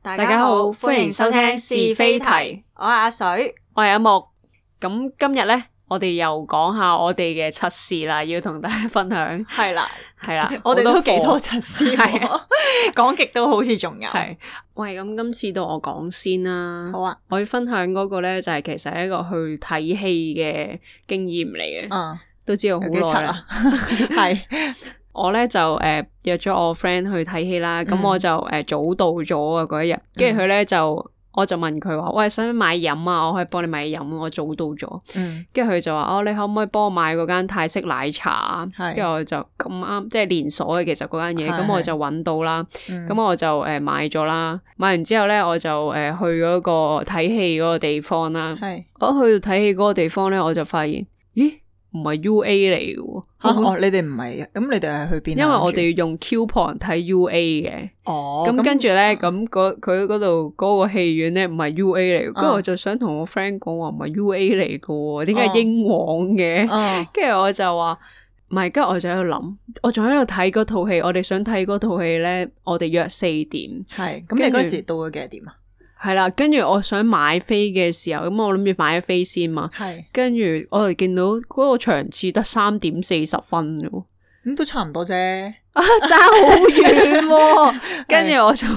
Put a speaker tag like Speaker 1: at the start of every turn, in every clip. Speaker 1: 大
Speaker 2: 大家好，歡迎收聽是非題，
Speaker 1: 我係阿水，
Speaker 2: 我係阿木。咁今日咧，我哋又講下我哋嘅測試啦，要同大家 分享
Speaker 1: 係啦，啊
Speaker 2: 係啦
Speaker 1: ，我哋都幾
Speaker 2: 好
Speaker 1: 多
Speaker 2: 多課
Speaker 1: 陣試
Speaker 2: 係
Speaker 1: 喎，講極都好似仲有。
Speaker 2: 係。喂，咁今次到我講先啦。
Speaker 1: 好啊，
Speaker 2: 我要分享嗰個咧，就係其實係一個去睇戲嘅經驗嚟嘅，
Speaker 1: 嗯，
Speaker 2: 都知道好
Speaker 1: 有幾柒
Speaker 2: 耐啦
Speaker 1: 啊。？ 係，
Speaker 2: 我咧就誒、呃、約咗我 friend 去睇戲啦，咁、
Speaker 1: 嗯
Speaker 2: 我就誒、呃早到咗啊嗰一日，跟住佢咧就我就問佢話：喂，想唔想買飲啊？我可以幫你買飲，我早到咗。
Speaker 1: 嗯，
Speaker 2: 跟住佢就話：哦，你可唔可以幫我買嗰間泰式奶茶啊？
Speaker 1: 係
Speaker 2: 跟住我就咁啱，即係連鎖嘅其實嗰間嘢，
Speaker 1: 係
Speaker 2: 咁我
Speaker 1: 係
Speaker 2: 就揾到啦。
Speaker 1: 嗯咁
Speaker 2: 咁我就誒、呃、買咗啦，買完之後咧我就誒、呃去嗰個睇戲嗰個地方啦。
Speaker 1: 係，
Speaker 2: 我去到睇戲嗰個地方咧，我就發現，咦，唔係 U A 嚟嘅喎。
Speaker 1: 嚇哦，你哋唔係嘅，咁你哋係去邊啊？
Speaker 2: 因為我
Speaker 1: 跟
Speaker 2: 哋要用 coupon 睇 UA 嘅，
Speaker 1: 住哦，
Speaker 2: 咁跟住咧，咁嗰佢嗰度嗰個戲院咧唔係 UA 嚟，跟住我就想同我 friend 講話唔係 UA 嚟噶喎，點解係英皇嘅？
Speaker 1: 嗯，
Speaker 2: 跟住我就話唔係，跟住我就喺度諗，我仲喺度睇嗰套戲，我哋想睇嗰套戲咧，我哋約四點，
Speaker 1: 係，咁你
Speaker 2: 跟
Speaker 1: 嗰
Speaker 2: 住
Speaker 1: 時到咗幾多點啊？
Speaker 2: 係啦，跟住我想買飛嘅時候，咁我諗住買咗飛先嘛，
Speaker 1: 係，
Speaker 2: 跟住我就見到嗰個場次得三點四十分啫喎。
Speaker 1: 咁都差唔多啫。
Speaker 2: 啊， 爭好 遠喎！跟住我就，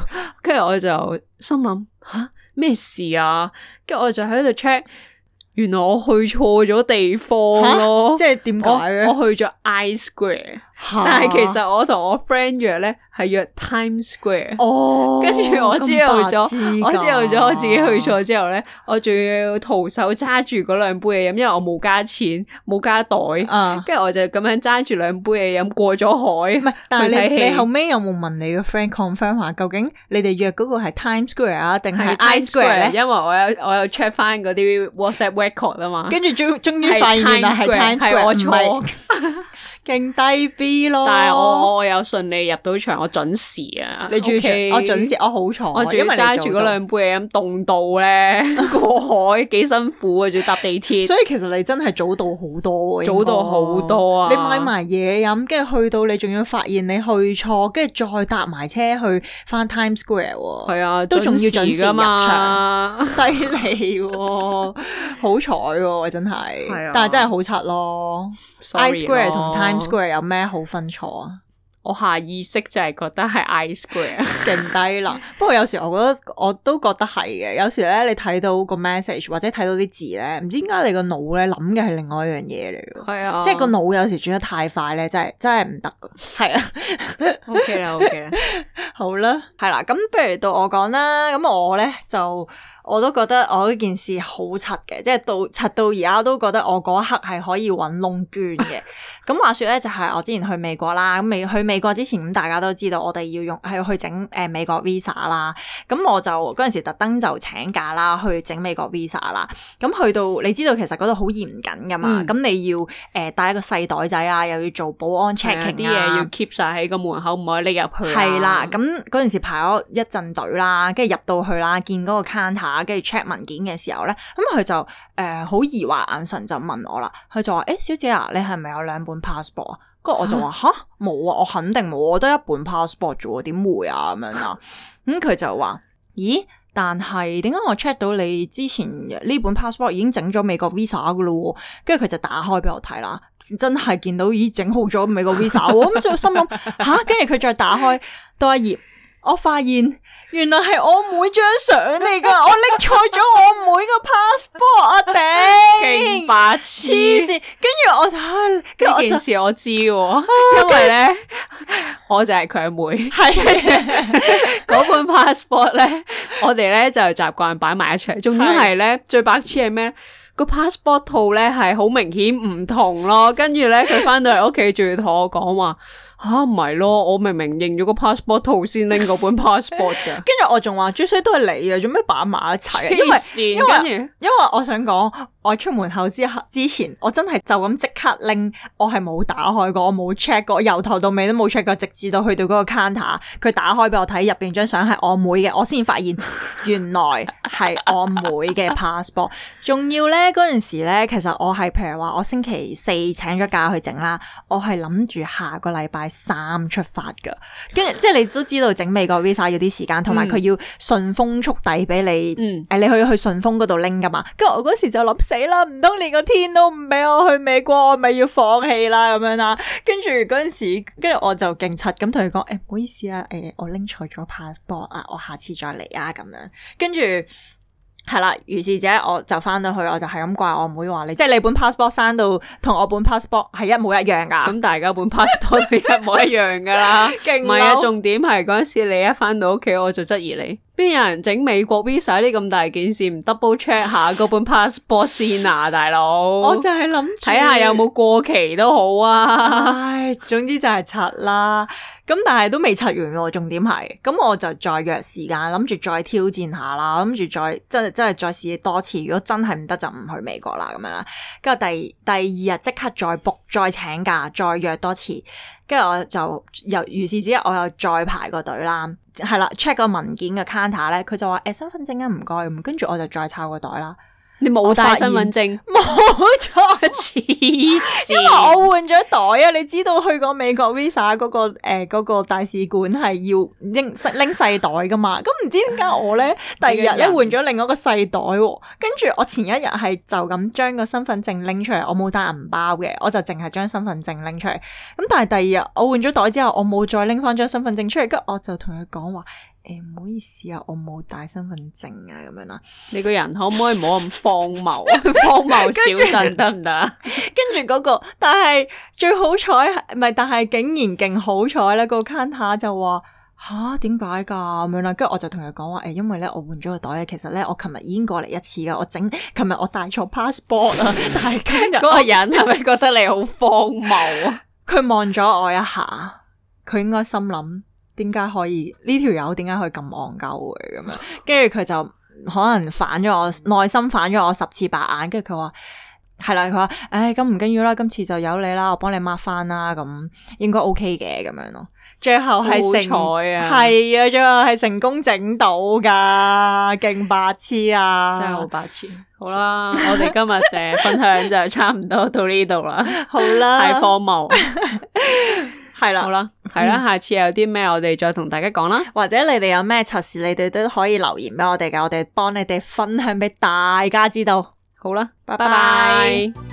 Speaker 2: 跟住我就心諗吓咩事啊？跟住我就喺度 check，原來我去錯咗地方咯。
Speaker 1: 即係點
Speaker 2: 我
Speaker 1: 解哦咧？
Speaker 2: 我去咗 I Square，
Speaker 1: 嚇
Speaker 2: 但係其實我同我 friend 約咧係約 Times Square。
Speaker 1: 哦，
Speaker 2: 跟住我知道
Speaker 1: 咁白
Speaker 2: 咗
Speaker 1: 痴
Speaker 2: 我知道咗我自己去
Speaker 1: 㗎
Speaker 2: 錯之後咧，我仲要徒手揸住嗰兩杯嘢飲，因為我冇加錢，冇加袋，
Speaker 1: 啊。
Speaker 2: 跟住我就咁樣揸住兩杯嘢飲過咗海。
Speaker 1: 唔係，但
Speaker 2: 去
Speaker 1: 係
Speaker 2: 睇
Speaker 1: 你
Speaker 2: 戲
Speaker 1: 你後尾有冇問你個 friend confirm 下，究竟你哋約嗰個係 Times Square 啊，定係 I
Speaker 2: 係 I Square，
Speaker 1: Square
Speaker 2: 因
Speaker 1: 咧？
Speaker 2: 為我有我有 check 翻嗰啲 WhatsApp record 啊嘛。
Speaker 1: 跟住 終終於
Speaker 2: 係
Speaker 1: 發現原來
Speaker 2: Times
Speaker 1: 係
Speaker 2: Square，
Speaker 1: Times
Speaker 2: 係
Speaker 1: Square，
Speaker 2: 我
Speaker 1: 唔係
Speaker 2: 錯，
Speaker 1: 勁低 B 咯。
Speaker 2: 但係我我有順利入到場，我準時啊！
Speaker 1: 你仲要
Speaker 2: OK
Speaker 1: 我準
Speaker 2: Ờ,
Speaker 1: 時，，我好彩，
Speaker 2: 我仲要
Speaker 1: 因為你
Speaker 2: 揸住
Speaker 1: 早
Speaker 2: 嗰
Speaker 1: 到
Speaker 2: 兩杯嘢咁凍到 咧，過海幾辛苦啊！仲要搭地鐵，
Speaker 1: 所以其實你真係早到好多喎，啊
Speaker 2: 早到好多啊
Speaker 1: 應該你買埋嘢飲，跟住去到你仲要發現你去錯，跟住再搭埋車去翻 Times Square 喎，
Speaker 2: 係啊，
Speaker 1: 都仲要準
Speaker 2: 準
Speaker 1: 時
Speaker 2: 時噶
Speaker 1: 入
Speaker 2: 嘛。
Speaker 1: 犀利 喎，好彩喎真係
Speaker 2: 係啊，
Speaker 1: 但係真係好柒咯。I
Speaker 2: Sorry
Speaker 1: Square 同
Speaker 2: 咯
Speaker 1: Times Square 有咩好分錯啊？
Speaker 2: 我下意識就係覺得係 I Square，
Speaker 1: 勁低啦！不過有時我覺得我都覺得係嘅。有時咧，你睇到個 message 或者睇到啲字咧，唔知點解你個腦咧諗嘅係另外一樣嘢嚟嘅。
Speaker 2: 係啊，
Speaker 1: 即係個腦有時轉得太快咧，真係真係唔得㗎。係啊，
Speaker 2: OK 啦，OK 啦，
Speaker 1: 好啦，係啦，咁不如到我講啦。咁我咧就我都覺得我呢件事好柒嘅，即係到柒到而家都覺得我嗰一刻係可以揾窿捐 嘅。咁話說咧，就係、我之前去美國啦，咁美去美國之前咁大家都知道，我哋要用係去整誒、呃美國 visa 啦。咁我就嗰陣時特登就請假啦，去整美國 visa 啦。咁去到你知道其實嗰度好嚴謹噶嘛，
Speaker 2: 嗯
Speaker 1: 咁、你要誒、呃、帶一個細袋仔啊，又要做保安
Speaker 2: 係啊
Speaker 1: checking
Speaker 2: 啲嘢要 keep 晒喺個門口，唔可以匿入去啊。
Speaker 1: 係啦，咁嗰陣時排咗一陣隊啦，跟住入到去啦，見嗰個 counter，跟住 check 文件嘅時候咧，咁佢就誒好、疑惑眼神就問我啦，佢就話：誒、小姐啊，你係咪有兩本 passport 啊？跟住我就
Speaker 2: 嗯
Speaker 1: 話吓冇啊，我肯定冇，我得一本 passport 啫喎，點會啊咁樣啦。咁佢就話：咦，但係點解我 check 到你之前呢本 passport 已經整咗美國 visa 噶咯喎？跟住佢就打開俾我睇啦，真係見到咦整好咗 美國 visa 喎，咁就心諗吓，跟住佢再打開多一頁，我發現原來係我妹張相 嚟噶，我拎錯咗我妹個 passport 啊
Speaker 2: 勁
Speaker 1: 頂！
Speaker 2: 白
Speaker 1: 黐
Speaker 2: 痴。
Speaker 1: 線，跟住我就，唉跟住我
Speaker 2: 呢
Speaker 1: 就
Speaker 2: 件事我知 喎，因為咧我就係佢阿妹，
Speaker 1: 係
Speaker 2: 嗰本 passport 咧，我哋咧就習慣擺埋一齊。重點係咧最白痴係咩？個 passport 套咧係好明顯唔同咯，跟住咧佢翻到嚟屋企仲要同我講話吓唔係咯，我明明認咗個 passport 套先拎嗰本 passport 噶，
Speaker 1: 跟住我仲話最衰都係你啊，做咩擺埋一齊啊？因為
Speaker 2: 為
Speaker 1: 因為
Speaker 2: 跟住
Speaker 1: 因為我想講，我出門口之後之前，我真係就咁即刻拎，我係冇打開過，我冇 check 過，由頭到尾都冇 check 過，直至到去到嗰個 counter，佢打開俾我睇入邊張相係我妹嘅，我先發現原來係我妹嘅 passport。仲要咧嗰陣時咧，其實我係譬如話我星期四請咗假去整啦，我係諗住下個禮拜三出發噶，跟住即係你都知道整美國 visa 要啲時間，同埋佢要順豐速遞俾你。
Speaker 2: 嗯，
Speaker 1: 誒，你去去順豐嗰度拎噶嘛？跟住我嗰時就諗死啦，唔通連個天都唔俾我去美國，我咪要放棄啦咁樣啦。跟住嗰陣時，跟住我就勁柒咁同佢講，誒、唔好意思啊，誒、我拎錯咗 passport 啊，我下次再嚟啊咁樣。跟住係啦，於是者我就翻到去，我就係咁怪我妹話你，即係你本 passport 生到同我本 passport 係一模一樣噶，
Speaker 2: 咁大家本 passport 都一模一樣噶啦。
Speaker 1: 勁
Speaker 2: 唔係啊，
Speaker 1: 嬲
Speaker 2: 重點係嗰陣時你一翻到屋企，我就質疑你，邊有人整美國 visa 呢咁大件事唔 double check 下嗰本 passport 先啊，大佬？
Speaker 1: 我就係諗住
Speaker 2: 睇下有。冇過期都好啊。
Speaker 1: 唉，總之就係刷啦，咁但係都未刷完喎，重點係，咁我就再約時間，諗住再挑戰下啦，諗住再真係真係再試多次，如果真係唔得就唔去美國啦咁樣啦。跟住第第二日即刻再 book 再請假，再約多次，跟住我就由如是之後，我又再排個隊啦。係啦，check 個文件嘅 counter 咧，佢就話誒、身份證啊唔該咁，跟住我就再抄個袋啦，
Speaker 2: 你冇帶身份證，
Speaker 1: 冇錯。
Speaker 2: 黐
Speaker 1: 因為我換咗袋啊，你知道去過美國 Visa 嗰、個誒、呃嗰個大使館係要拎細拎細袋噶嘛，咁唔知點解我咧 第二日咧換咗另外一個細袋喎，跟住我前一日係就咁將個身份證拎出嚟，我冇帶銀包嘅，我就淨係將身份證拎出嚟。咁但係第二日我換咗袋之後，我冇再拎翻張身份證出嚟，跟住我就同佢講話。誒唔、好意思啊，我冇帶身份證啊，咁樣啦。
Speaker 2: 你個人可唔可以唔好咁荒謬？荒謬小鎮得唔得啊？
Speaker 1: 跟住嗰個，但係最好彩係，唔係，但係竟然勁好彩咧，個 counter 就話。吓點解㗎咁樣啦？跟住我就同佢講話誒，因為咧我換咗個袋啊，其實咧我琴日已經過嚟一次㗎，我整琴日我帶錯 passport 啊，但係今日
Speaker 2: 嗰個人係咪覺得你好荒謬啊？
Speaker 1: 佢望咗我一下，佢應該心諗點解可以呢條友點解可以咁戇鳩嘅咁樣，跟住佢就可能反咗我，內心反咗我十次白眼，跟住佢話。係啦，佢話：，唉，咁唔緊要啦，今次就有你啦，我幫你 mark 翻啦，咁應該 OK 嘅咁樣咯。最後係成，
Speaker 2: 好彩啊
Speaker 1: 係啊，最後係成功整到噶，勁白痴啊！
Speaker 2: 真係好白痴。好啦，我哋今日嘅分享就差唔多到呢度啦，
Speaker 1: 好啦，
Speaker 2: 太荒謬。
Speaker 1: 係啦
Speaker 2: 好，啦，係啦，下次有啲咩我哋再同大家講啦。
Speaker 1: 或者你哋有咩測試，你哋都可以留言俾我哋嘅，我哋幫你哋分享俾大家知道。
Speaker 2: 好啦，
Speaker 1: 拜
Speaker 2: 拜
Speaker 1: 拜
Speaker 2: 拜。